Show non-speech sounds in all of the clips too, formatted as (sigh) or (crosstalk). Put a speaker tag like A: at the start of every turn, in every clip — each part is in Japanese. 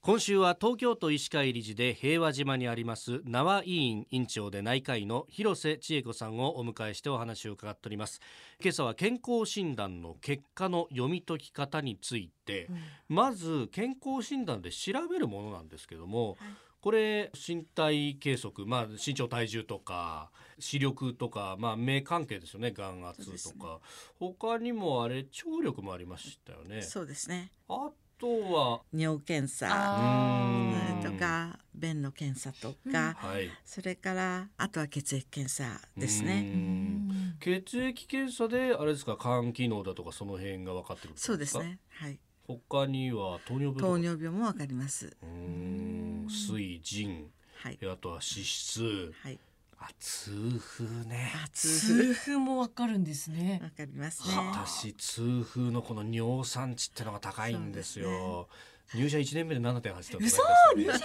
A: 今週は東京都医師会理事で平和島にあります縄委員委員長で内科医の広瀬千恵子さんをお迎えしてお話を伺っております今朝は健康診断の結果の読み解き方について、まず健康診断で調べるものなんですけども、これ身体計測、まあ、身長体重とか視力とか、まあ、目関係ですよね眼圧
B: そうです
A: と
B: ね
A: か、他にもあれ聴力もありましたよね。
B: そうですね。
A: あとは
B: 尿検査
A: あー
B: とか便の検査とか、
A: はい
B: それからあとは血液検査です
A: う
B: ね。
A: ん血液検査であれですか肝機能だとかその辺が分かってくるん
B: そうで
A: か
B: すね。はい。
A: 他には糖尿病とか
B: 糖尿病もわかります。
A: うーん水腎
B: はい。
A: あとは脂質
B: はい。
A: あ痛風ね
B: あ、痛
C: 痛風もわかるんですね
B: 風。わかりますね。
A: 私痛風のこの尿酸値ってのが高いんですよ
B: そ
A: 入社1年目で7.8だったん
C: 嘘
A: 入社1
C: い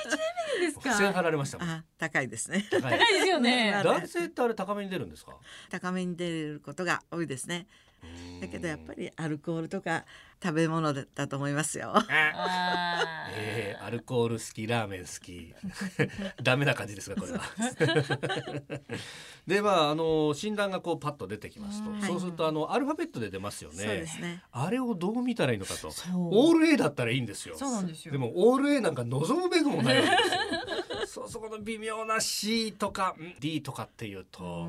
C: いです
A: 付箋貼
C: か。
A: られましたもん
B: あ、高いですね。 (laughs)
A: 高い
C: 高いですよね。
A: 男性ってあれ高めに出るんですか
B: 高めに出ることが多いですね。だけどやっぱりアルコールとか食べ物だったと思いますよ。
A: あ
C: あー
A: えー、アルコール好きラーメン好き (laughs) ダメな感じですがこれは。 (laughs) でまああの診断がこうパッと出てきますと、
C: うん
A: そうするとあのアルファベットで出ますよ
B: そうで
A: ね。
B: すね。
A: あれをどう見たらいいのかと。
C: そう
A: オール A だったらいいんですよ。
C: そうなんですよ
A: でもオール A なんか望むべくもないわけですよ。そうそこの微妙な C とかん D とかっていうと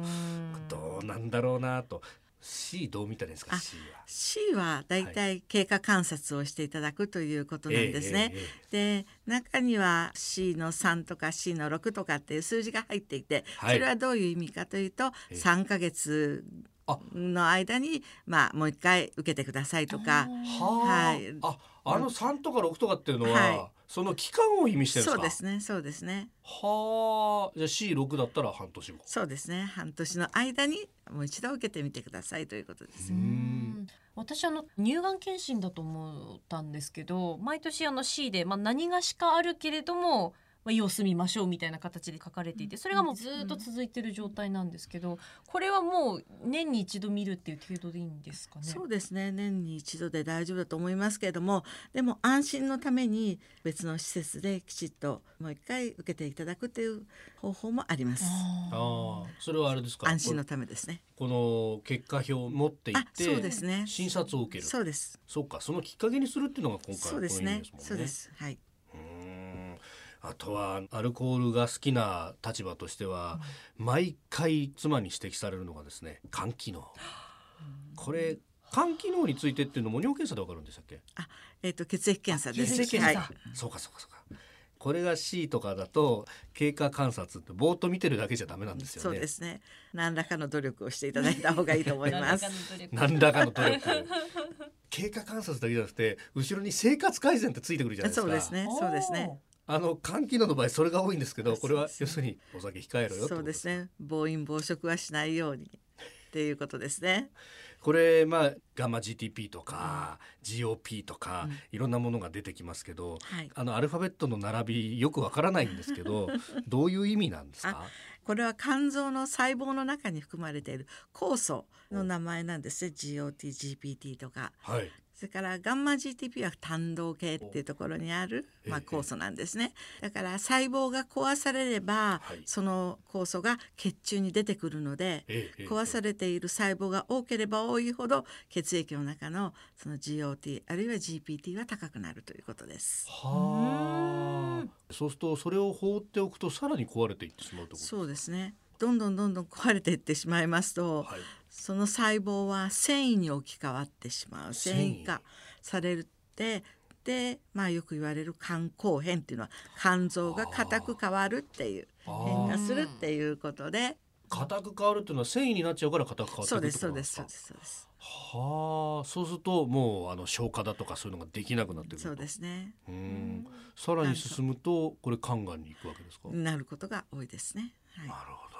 A: どうなんだろうなと。C どう見たらいいですか
B: あ
A: C は。
B: C はだいたい経過観察をしていただくということなんですね。
A: えーえーえ
B: で中には C の3とか C の6とかっていう数字が入っていて、
A: はい
B: それはどういう意味かというと
A: え
B: 3ヶ月
A: あ
B: の間に、まあ、もう一回受けてくださいとか
A: ーはあ、
B: はい
A: ああの3とか6とかっていうのは、
B: はい
A: その期間を意味してるんです
B: そ
A: か
B: うですねそうですね
A: はあじゃあ C6 だったら半年後
B: そうですね半年の間にもう一度受けてみてくださいということです
C: う。ん私あの乳がん検診だと思ったんですけど毎年あの C で、まあ、何がしかあるけれども、まあ、様子見ましょうみたいな形で書かれていてそれがもうずっと続いてる状態なんですけどこれはもう年に一度見るっていう程度でいいんですかね。
B: そうですね年に一度で大丈夫だと思いますけれどもでも安心のために別の施設できちっともう一回受けていただくという方法もあります
A: あ
C: あ
A: あそれはあれですか
B: 安心の
A: こ
B: ためですね
A: この結果表を持っていっ
B: あ
A: て
B: そうですね
A: 診察を受ける
B: そうです
A: そうかそのきっかけにするっていうのが今回
B: そ
A: のポ
B: う
A: イントで
B: です
A: すもん
B: ね
A: ね
B: そうですはい、
A: うんあとはアルコールが好きな立場としては、毎回妻に指摘されるのがですね肝機能これ肝機能についてっていうのも尿検査でわかるんでしたっけ
B: えっ、と血液検査です
C: 血液
A: 検
C: 検
A: 査
C: 査
B: はい、
A: そうかそうかそうかこれが C とかだと経過観察ってぼーっと見てるだけじゃダメなんですよね
B: そうですね何らかの努力をしていただいた方がいいと思い
A: (laughs)
B: ます
A: 何らかの努力
B: (laughs)
A: 経過観察だけじゃなくて後ろに生活改善ってついてくるじゃないです
B: そ
A: か
B: うですねそうですね
A: あの肝機能の場合それが多いんですけどこれは
B: そうですね
A: 要するにお酒控えろよって
B: そ
A: こ
B: う
A: と
B: ですね暴飲暴食はしないようにっていうことですね
A: これまあガマ GTP とか GOP とか、いろんなものが出てきますけど、
B: はい
A: あのアルファベットの並びよくわからないんですけ
B: (laughs)
A: どどういう意味なんですか
B: これは肝臓の細胞の中に含まれている酵素の名前なんですね GOTGPT とか
A: はい
B: それからガンマ GTP は単動系っていうところにある、
A: ええ
B: まあ、酵素なんですね、だから細胞が壊されれば、
A: はい
B: その酵素が血中に出てくるので
A: ええええ
B: 壊されている細胞が多ければ多いほど血液の中のその GOT あるいは GPT は高くなるということです。
A: はあ。そうするとそれを放っておくとさらに壊れていってしまうってことです
B: そうですねどんどんどんどん壊れていってしまいますと、
A: か。はい。
B: その細胞は繊維に置き換わってしまう
A: 繊維
B: 繊維化されるってで、まあ、よく言われる肝硬変っていうのは肝臓が硬く変わるっていう
A: あ
B: 変
A: あ
B: 化するっていうことで
A: 硬く変わるっていうのは繊維になっちゃうから硬く変わって
B: そ
A: く
B: う
A: るっ
B: で
A: て
B: す
A: ことなん
B: そうで
A: ですすか
B: そうで。すそうです
A: はあ。そうするともうあの消化だとかそういうのができなくなってくると。
B: そうですね
A: うん。さらに進むとこれ肝がんに行くわけですか。
B: なることが多いですね、はい、
A: なるほ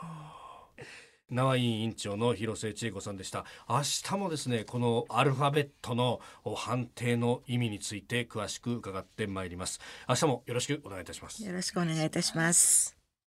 A: ど。縄委員委員長の広瀬千恵子さんでした。明日もですね、このアルファベットの判定の意味について詳しく伺ってまいります。明日もよろしくお願いいたします。
B: よろしくお願いいたします